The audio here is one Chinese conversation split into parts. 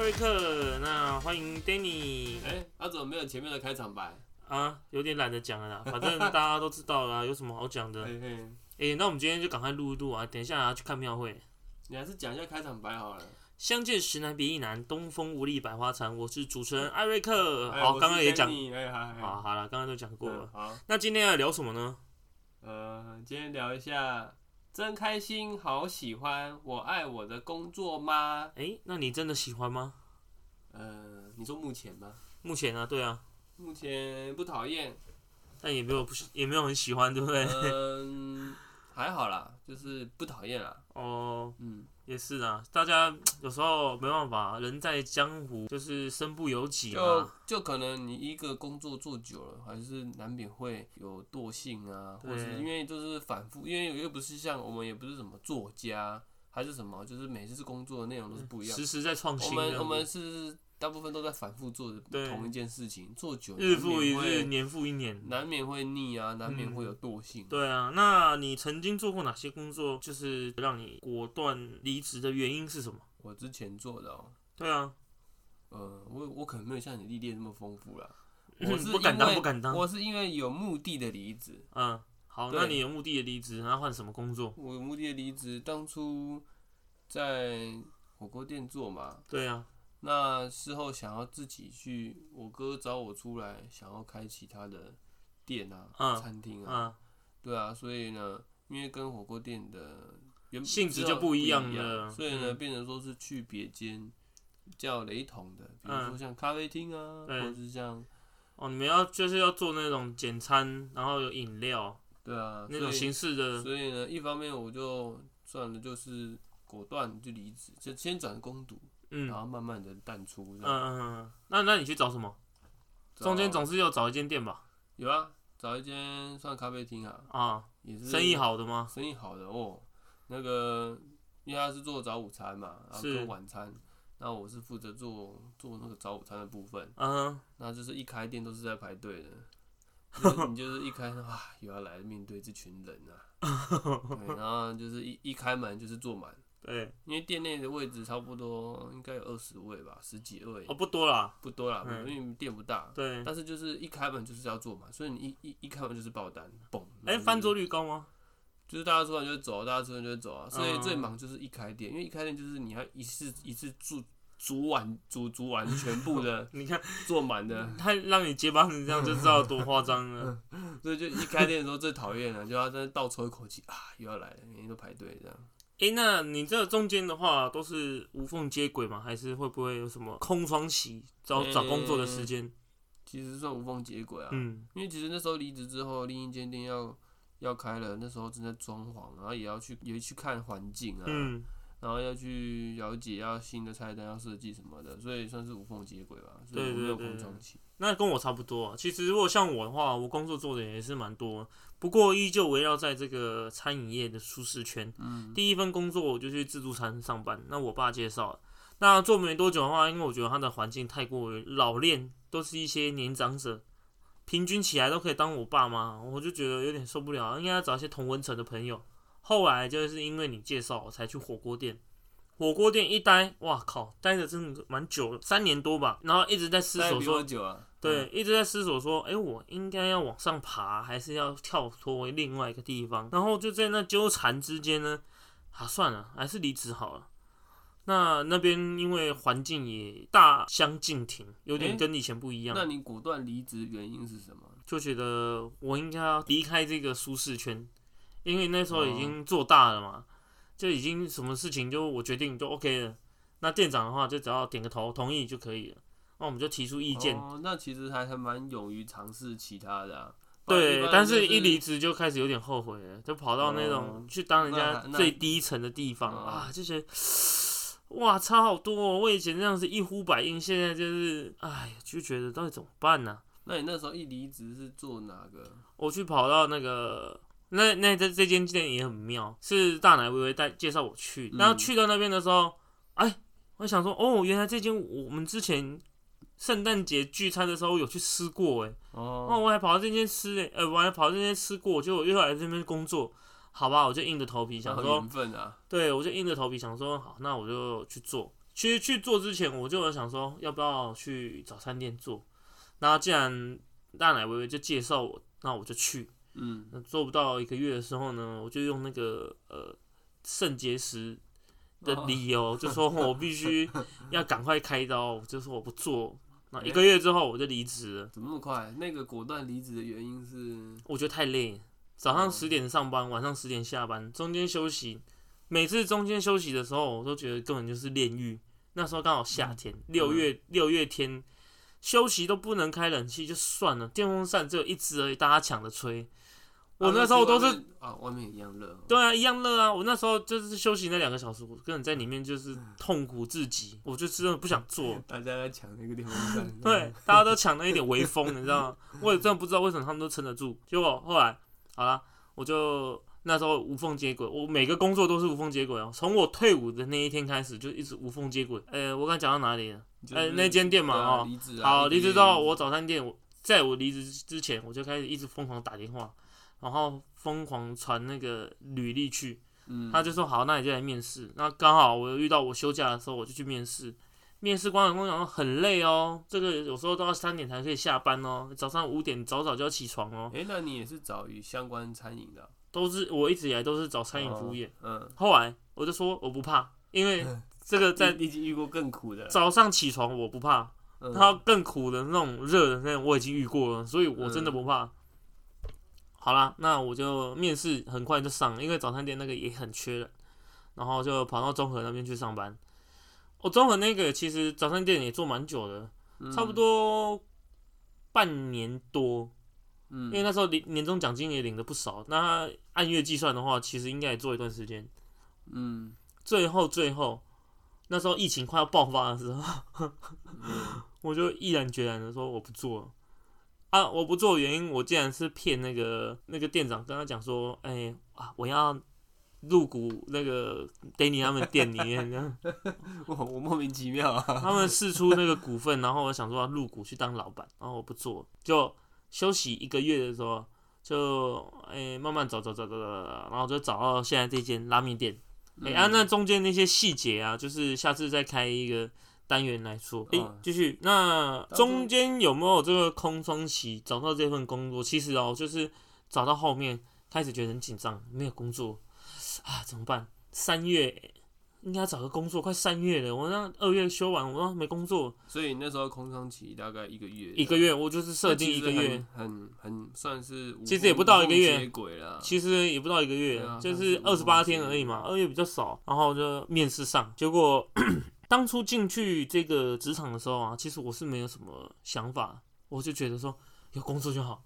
瑞克，那欢迎 Danny 哎，他怎么没有前面的开场白？啊，有点懒得讲了 啦，反正大家都知道啦，有什么好讲的？嘿嘿，哎、那我们今天就赶快录一录啊，等一下、啊、去看庙会。你还是讲一下开场白好了。相见时难别亦难，东风无力百花残。我是主持人艾瑞克，哎嗯好，刚刚也，讲我，是 Danny，哎，好，好，好，好了，刚刚都讲过嗯了。好，那今天要聊什么呢？呃，今天聊一下，真开心，好喜欢，我爱我的工作吗？哎、那你真的喜欢吗？呃，你说目前吗？目前啊，对啊，目前不讨厌，但也没有不喜也没有很喜欢，对不 对？嗯，还好啦，就是不讨厌啦，哦，嗯，也是啊，大家有时候没办法，人在江湖就是身不由己就嘛。就可能你一个工作做久了，还是难免会有惰性啊，对或是因为就是反复，因为又不是像我们也不是什么作家，还是什么，就是每次工作的内容都是不一样。时时在创我新这样子，们我们是大部分都在反复做对同一件事情，做久日复一日，难免会嗯年复一年。难免会腻啊，难免会有惰性。对啊，那你曾经做过哪些工作，就是让你果断离职的原因是什么？我之前做的哦、对啊，呃，我我可能没有像你历练那么丰富啦。嗯我是不敢因当为不敢当我是因为有目的的离职，嗯，好，对那你有目的的离职，然后换什么工作？我有目的地离职，当初在火锅店做嘛，对啊，那事后想要自己去，我哥找我出来，想要开其他的店啊、嗯餐厅啊，嗯，对啊，所以呢，因为跟火锅店的原性质之后就不不一样一了所以呢，嗯变成说是去别间叫雷同的，比嗯如说像咖啡厅啊，对或者是像哦，你们要就是要做那种简餐，然后有饮料对啊，那所种以形式的，所以呢，一方面我就算了，就是果断就离职，就先转攻读，嗯然后慢慢的淡出嗯这样。嗯嗯，那那你去找什么？找中间总是要找一间店吧？有啊，找一间算咖啡厅啊，啊，也是生意好的吗？生意好的哦。那个因为他是做早午餐嘛，然后是跟晚餐，那我是负责做做那个早午餐的部分，嗯，那就是一开店都是在排队的。就是你就是一开 啊，又要来面对这群人啊，对，然后就是一一开门就是坐满，对，因为店内的位置差不多应该有二十位吧，十几位哦，不多啦，不多啦，嗯因为店不大，对，但是就是一开门就是要做嘛，所以你一一一开门就是爆单，嘣！哎，翻桌率高吗？ 就是大家出来就会走，大家出来就会走啊。所以嗯最忙就是一开店，因为一开店就是你要一次一次煮煮完煮煮完全部的你看做 满的，他让你结巴成这样，就知道多夸张了。所以就一开店的时候最讨厌了，就要在那倒抽一口气啊，又要来了，每天都排队这样。诶、哎那你这中间的话都是无缝接轨吗？还是会不会有什么空窗期？找找工作的时间？其实算无缝接轨啊，嗯，因为其实那时候离职之后，另一间店要要开了，那时候正在装潢，然后也要去也去看环境啊，嗯，然后要去了解要新的菜单要设计什么的，所以算是无缝接轨吧，所以对我对没有对空窗期。那跟我差不多、啊。其实如果像我的话，我工作做的也是蛮多，不过依旧围绕在这个餐饮业的舒适圈。嗯，第一份工作我就去自助餐上班，那我爸介绍了。那做没多久的话，因为我觉得他的环境太过于老练，都是一些年长者，平均起来都可以当我爸妈，我就觉得有点受不了，应该要找一些同温层的朋友。后来就是因为你介绍，我才去火锅店。火锅店一待，哇靠，待的真的蛮久了，三年多吧，然后一直在思大概索比说我，久啊，对，一直在思索说，哎、我应该要往上爬，还是要跳脱另外一个地方？然后就在那纠缠之间呢，啊，算了，还是离职好了。那那边因为环境也大相径庭，有点诶跟以前不一嗯。样，那你果断离职原因是什么？就觉得我应该要离开这个舒适圈，因为那时哦候已经做大了嘛，就已经什么事情就我决定就 OK 了。那店长的话就只要点个头同意就可以了，那我们就提出意见，哦，那其实还还蛮勇于尝试其他的啊。不然对般，但就是一离职就开始有点后悔了，就跑到那种哦去当人那家还那最低层的地方哦啊，就觉得。哇，差好多哦！我以前那样是一呼百应，现在就是，哎，就觉得到底怎么办呢、那你那时候一离职是做哪个？我去跑到那个，那那这这间店也很妙，是大奶微微带介绍我去，嗯然后去到那边的时候，哎，我想说，哦，原来这间我们之前圣诞节聚餐的时候有去吃过，哎，哦，哦，我还跑到这间吃嘞，呃，我还跑到这间吃过，结果又来这边工作，好吧，我就硬着头皮想那说缘，分啊，对我就硬着头皮想说，好，那我就去做。其实去做之前，我就有想说要不要去早餐店做。那既然大奶微微就介绍我，那我就去。嗯，那做不到一个月的时候呢，我就用那个呃肾结石的理由，就说我必须要赶快开刀，我就说我不做。那一个月之后我就离职了，怎么那么快？那个果断离职的原因是，我觉得太累了。早上哦十点上班，晚上十点下班，中间休息，每次中间休息的时候，我都觉得根本就是炼狱。那时候刚好夏天，六月六月天，休息都不能开冷气就算了，电风扇只有一只而已，大家抢着吹。我那时候都是啊啊，外面一样热哦。对啊，一样热啊！我那时候就是休息那两个小时，我根本在里面就是痛苦至极，我就真的不想做。大家在抢那个电风扇。对，哎大家都抢了一点微风，你知道吗？ 我也真的不知道为什么他们都撑得住。结果后来，好啦，我就那时候无缝接轨，我每个工作都是无缝接轨哦。从我退伍的那一天开始，就一直无缝接轨。呃，我刚讲到哪里了？就是，呃，那间店嘛，对啊哦，离职啊好，一个离职月到我早餐店，我在我离职之前，我就开始一直疯狂打电话，然后疯狂传那个履历去。嗯，他就说好，那你就来面试。那刚好我遇到我休假的时候，我就去面试。面试官跟我讲说很累哦，这个有时候都要三点才可以下班哦，早上五点早早就要起床哦。哎，那你也是找与相关餐饮的啊，都是我一直以来都是找餐饮服务业。嗯，后来我就说我不怕，因为这个在你已经遇过更苦的了，早上起床我不怕，嗯它更苦的那种热的那种我已经遇过了，所以我真的不怕。好啦，那我就面试很快就上了，因为早餐店那个也很缺人，然后就跑到中和那边去上班。我、中和那个其实早餐店也做蛮久的，差不，多半年多，嗯因为那时候年年终奖金也领的不少。那按月计算的话，其实应该也做一段时间。嗯最后最后，那时候疫情快要爆发的时候，嗯，我就毅然决然的说我不做了啊！我不做的原因，我竟然是骗那个那个店长，跟他讲说，哎、啊，我要入股那个 Danny 他们店里面，这样我我莫名其妙啊，他们试出那个股份，然后我想说要入股去当老板，然后我不做，就休息一个月的时候，就哎、慢慢找找找找找，找然后就找到现在这间拉面店。哎、啊，嗯那中间那些细节啊，就是下次再开一个单元来说。哎、嗯继续。那当初中间有没有这个空窗期？找到这份工作，其实哦，就是找到后面开始觉得很紧张，没有工作啊，怎么办？三月应该找个工作，快三月了，我那二月休完，我那没工作，所以那时候空窗期大概一个月，一个月我就是设那定其一实个月，很，很很算是无其实也不到一个月无缝接轨了，其实也不到一个月对啊，就是但二是十我忘八记天了而已嘛，二月比较少，然后就面试上，结果 当初进去这个职场的时候啊，其实我是没有什么想法，我就觉得说有工作就好，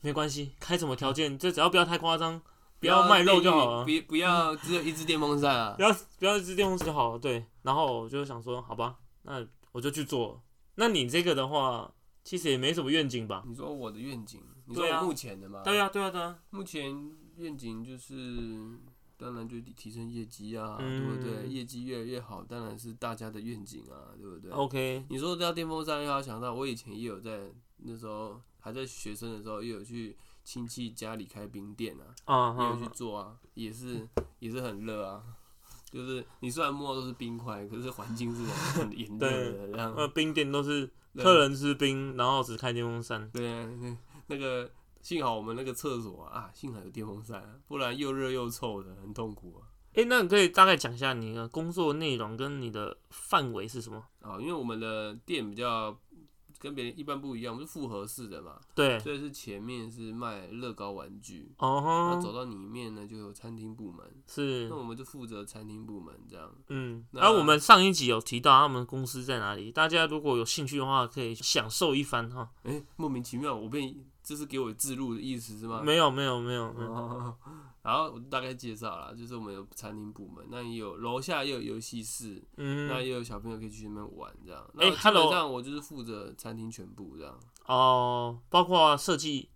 没关系，开什么条件，这只要不要太夸张，不要卖肉就好了啊不，要不要只有一只电风扇啊 不，要不要一直电风扇就好了，对。然后我就想说，好吧，那我就去做了。那你这个的话，其实也没什么愿景吧？你说我的愿景，你说对我啊目前的嘛？对呀、对呀、啊对呀、目前愿景就是，当然就提升业绩啊，嗯对不对？业绩越来越好，当然是大家的愿景啊，对不对？ OK，你说到电风扇，让我想到我以前也有在那时候还在学生的时候，也有去亲戚家里开冰店啊，啊也有去哈，做啊，也是也是很热啊。就是你虽然摸到都是冰块，可是环境是很炎热的，这样呃，冰店都是对客人吃冰，然后只开电风扇。对啊，那那个幸好我们那个厕所啊，啊幸好有电风扇、啊，不然又热又臭的，很痛苦啊。诶，那你可以大概讲一下你的工作内容跟你的范围是什么？啊，因为我们的店比较跟别人一般不一样，我们是复合式的嘛，对，所以是前面是卖乐高玩具，那哦走吼，到里面呢就有餐厅部门，是那，我们就负责餐厅部门这样。嗯，那然后我们上一集有提到他们公司在哪里，大家如果有兴趣的话，可以享受一番哈。哎、莫名其妙，我被这是给我自录的意思是吗？没有，没有，没有，没有，哦，然后我就大概介绍啦，就是我们有餐厅部门，那也有楼下也有游戏室，那嗯，也有小朋友可以去那边玩这样。哎那基本 hello 上我就是负责餐厅全部这样。哦，包括设计、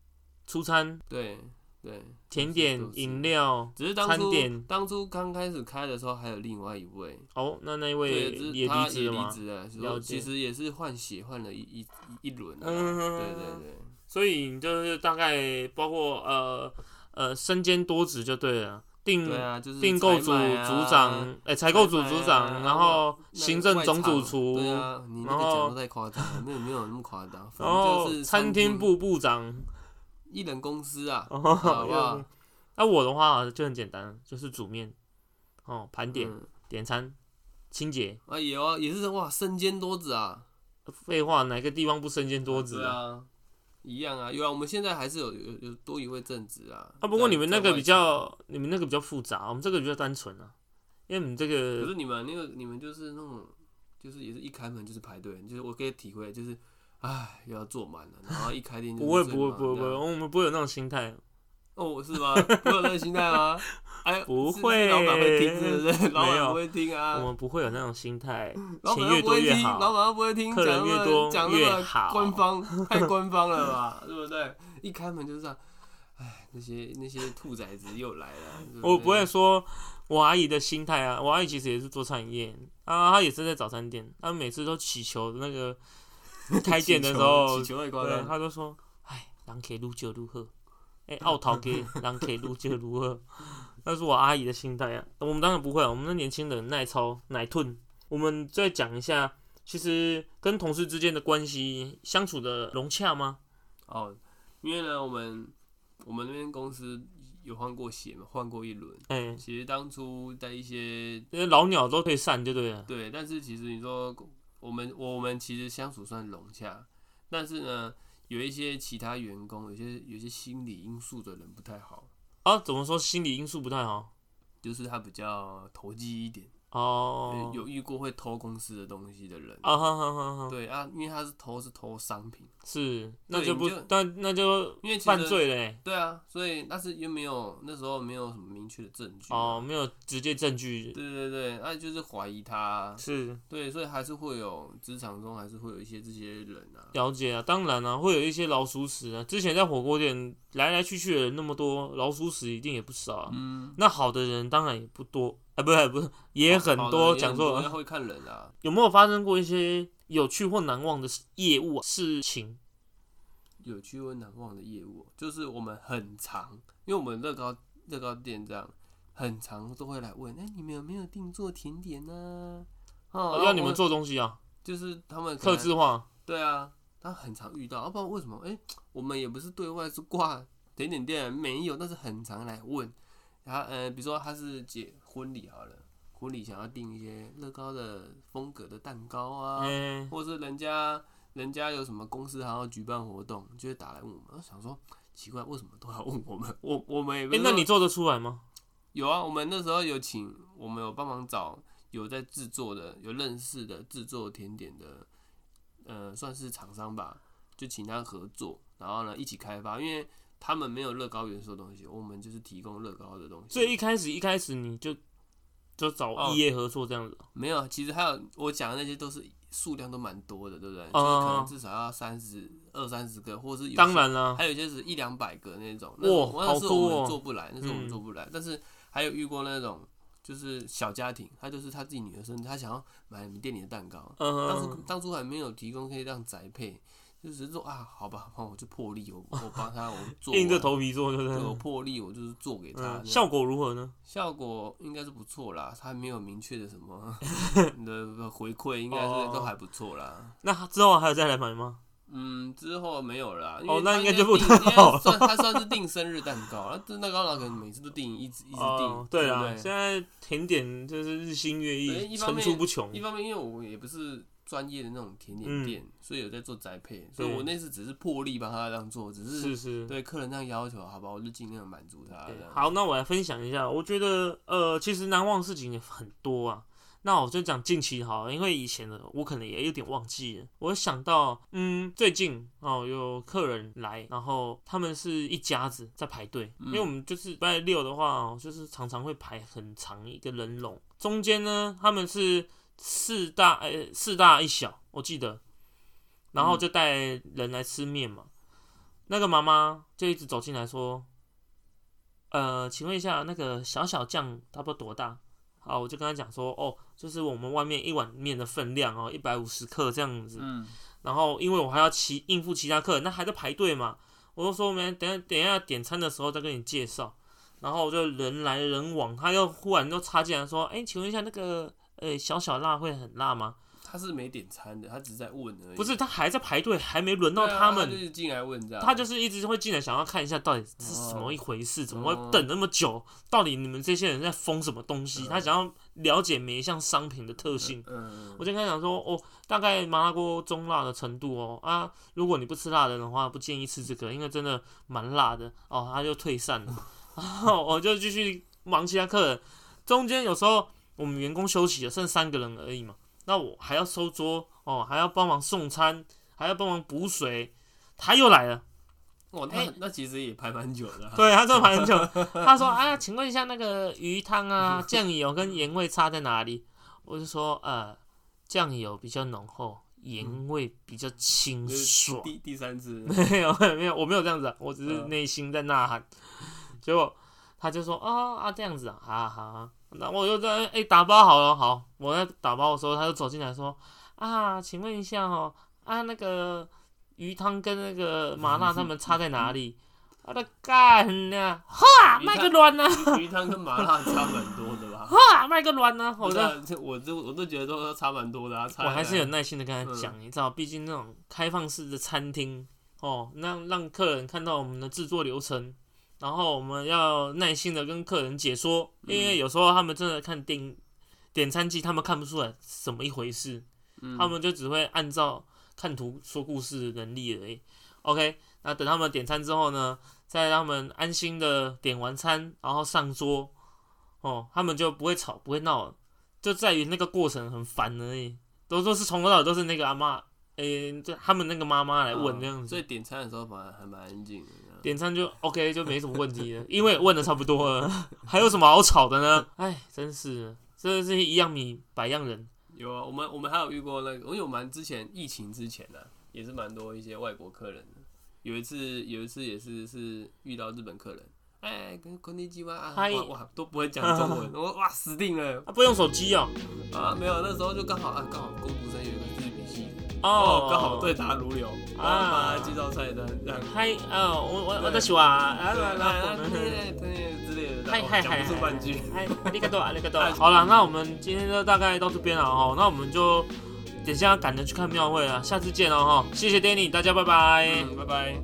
出餐、对对，甜点都、是饮料。只是当餐初点当初刚开始开的时候，还有另外一位，哦，那那位对，只也是离他也职了离吗？职了，所以了说解其实也是换血换了一一一一轮啊。对嗯，对。对，所以你就是大概包括呃呃身兼多职就对了。订对啊，就是订购采组买啊组长，哎、采购组组采买啊长，然后那个行政外总主场厨，对啊，你那然个讲后的太夸张了，没有没有那么夸张，然反正后就是餐厅厅部部长。 一人公司啊，哦，好不好要那我的话啊就很简单，就是煮面，哦，盘点、嗯点餐、清洁。啊有啊，也是哇，身兼多职啊，废话，哪个地方不身兼多职对？啊，一样啊，有啊，我们现在还是有有有多一位正职啊，啊，不过在你们那在个外比较，呃你们那个比较复杂，我们这个比较单纯啊。因为你们这勤，可个是你们那个你们就是那种，就是也是一开门就是排队，就是我可以体会，就是唉又要坐满了，然后一开店就是不会最不会忙不会不这会，样我们不会有那种心态。哦，是吗？不会有那个心态吗？哎， 不是是会老板会听是不是？ 老没板有不会听啊，我们不会有那种心态，老钱板又越不多会越听，好。老板又不会听，客人讲那越么多讲那么越好官方太官方了吧， 对不对？一开门就是这样，哎，那些那些兔崽子又来 了，对我不不对会说我阿姨的心态啊，我阿姨其实也是做餐饮业啊，她也是在早餐店，她每次都祈求那 个开店的时候祈求祈求太夸对，张，他就说，哎，人可以撸就撸喝， 哎、奥陶给人可以撸就撸喝，那是我阿姨的心态啊。我们当然不会啊，我们的年轻人耐操耐吞。我们再讲一下，其实跟同事之间的关系相处的融洽吗？哦，因为呢，我们我们那边公司有换过血嘛，换过一轮。哎、其实当初在一些这些老鸟都可以散，就对了。对，但是其实你说我们我们其实相处算融洽，但是呢，有一些其他员工，有些有些心理因素的人不太好，啊，怎么说心理因素不太好？就是他比较投机一点，哦，有遇过会偷公司的东西的人。啊哈哈哈哈，对啊，因为他是偷是偷商品，是，那对就你不就，那那就因为其犯实罪嘞、欸。对啊，所以但是又没有那时候没有什么明确的证据、啊哦，，没有直接证据，对啊对对，那、就是怀疑他，是对，所以还是会有职场中还是会有一些这些人啊，了解啊，当然啊，会有一些老鼠屎啊。之前在火锅店来来去去的人那么多，老鼠屎一定也不少啊。嗯，那好的人当然也不多，啊、不是不是，也很哦好的多。也讲很座要会看人啊，有没有发生过一些有趣或难忘的事业务啊事情？有趣又难忘的业务哦，就是我们很常，因为我们乐高乐高店这样，很常都会来问，哎、你们有没有定做甜点呢、哦哦然后要你我们做东西啊，就是他们可特能制化对啊，他很常遇到，要、不然为什么？哎、我们也不是对外是挂甜点店，没有，但是很常来问。然后，呃，比如说他是结婚礼好了，婚礼想要订一些乐高的风格的蛋糕啊，嗯、或是人家人家有什么公司还要举办活动，就会打来问我们。我想说奇怪，为什么都要问我们？我我们也不哎、是那说你做得出来吗？有啊？我们那时候有请，我们有帮忙找有在制作的、有认识的制作甜点的，呃，算是厂商吧，就请他合作，然后呢一起开发，因为他们没有乐高元素的东西，我们就是提供乐高的东西。所以一开始一开始你就就找哦异业合作这样子，没有，其实还有我讲的那些都是数量都蛮多的，对不对？就是可能哦至少要三十二三十个，或者是哎有当些然啦，还有一些是一两百个那种，那哇那是好我多们哦做不来，那是我们嗯做不来。但是还有遇过那种就是小家庭，他就是他自己女儿生日，他想要买你们店里的蛋糕，嗯、当初当初还没有提供可以让宅配，就是说啊，好吧，好我就破例，我我帮他我做硬着完头皮做，对不对我对？破例，我就是做给他嗯，这样。效果如何呢？效果应该是不错啦，他没有明确的 什么的回馈，应该哦是都还不错啦。那之后还有再来买吗？嗯，之后没有了啦。因哦为那他应应该该就不定太应该好了算他算是订生日蛋糕，那这蛋糕老可能每次都订，一直一直订哦，，对不啦，对现在甜点就是日新月对异，一方层面出不穷一。方面，因为我也不是专业的那种甜点店，所以有在做宅配，所以嗯对我那次只是破例帮他这样做，只是是是，对客人那样要求，好吧，我就尽量满足他对啊这样。好，那我来分享一下，我觉得呃，其实难忘的事情也很多啊。那我就讲近期好了，因为以前的我可能也有点忘记了。我想到，嗯，最近哦有客人来，然后他们是一家子在排队，嗯因为我们就是礼拜六的话哦，就是常常会排很长一个人龙，中间呢他们是四大呃四大一小，我记得，然嗯后就带人来吃面嘛。那个妈妈就一直走进来说：“呃，请问一下，那个小小酱差不多多大？好，我就跟他讲说，哦，就是我们外面一碗面的分量哦，一百五十克这样子。嗯，然后因为我还要其应付其他客人，那还在排队嘛，我就说我们等一下等一下点餐的时候再跟你介绍。然后就人来人往，他又忽然就插进来说：“哎、请问一下，那个呃小小辣会很辣吗他是没点餐的，他只是在问而已。？”不是，他还在排队，还没轮对啊，到他们。就是进来问这样。他就是一直会进来，想要看一下到底是什么一回事，怎么会等那么久？到底你们这些人在封什么东西？他想要了解每一项商品的特性。嗯，我就跟他讲说，哦，大概麻辣锅中辣的程度哦啊，如果你不吃辣的的话，不建议吃这个，因为真的蛮辣的哦。他就退散了，然后我就继续忙其他客人。中间有时候我们员工休息了，剩三个人而已嘛，那我还要收桌哦，还要帮忙送餐，还要帮忙补水。他又来了，嗯哇，哎那那其实也排蛮久的啊。对他真的排很久。 他说：“啊，请问一下，那个鱼汤啊，酱油跟盐味差在哪里？”我就说：“呃，酱油比较浓厚，盐味比较清就是爽。第第三次， 没有没有，我没有这样子、啊，我只是嗯内心在呐喊。结果他就说：“啊啊，这样子啊，啊好啊。”那我就在哎、打包好了，好，我在打包的时候，他就走进来说：“啊，请问一下哦，啊那个鱼汤跟那个麻辣他们差在哪里？”我的干呐，哈，卖个卵呐，鱼汤跟麻辣差蛮多的吧？哈，卖个卵呐，我不是的。啊这我都我都觉得都差蛮多的啊。嗯差我还是有来耐心的跟他讲，你知道，毕竟那种开放式的餐厅哦，让让客人看到我们的制作流程，然后我们要耐心的跟客人解说，因嗯为有时候他们真的看点点餐机，他们看不出来什么一回事，嗯他们就只会按照看图说故事的能力而已。OK，那等他们点餐之后呢，再让他们安心的点完餐，然后上桌，哦，他们就不会吵，不会闹了，就在于那个过程很烦而已。都都是从头到尾都是那个阿妈，诶、就他们那个妈妈来问这样啊所子，以点餐的时候反而还蛮安静的这样。点餐就 OK 就没什么问题了，因为问的差不多了，还有什么好吵的呢？哎，真是的，真的是一样米百样人。有啊，我们我们还有遇过那个，因为我们之前疫情之前呢、啊，也是蛮多一些外国客人的。有一次有一次也是是遇到日本客人，哎，跟跟你基哇啊，嗨哇哇都不会讲 中文，我哇死定了啊，不用手机哦，啊！没有，那时候就刚好啊，刚好工读生有一个日语系，哦哦，，刚好对答如流，我啊帮他介绍菜单这样。嗨，啊，我我对我的喜欢，啊对来来来来，来，对对之类的，嗨嗨然后讲不出嗨半句。嗨，阿里嘎多，阿里嘎多。啊 好了，那我们今天就大概到这边了哦，那我们就啊等一下赶着去看庙会了，下次见了哈，谢谢 Danny，大家拜拜。嗯，拜拜。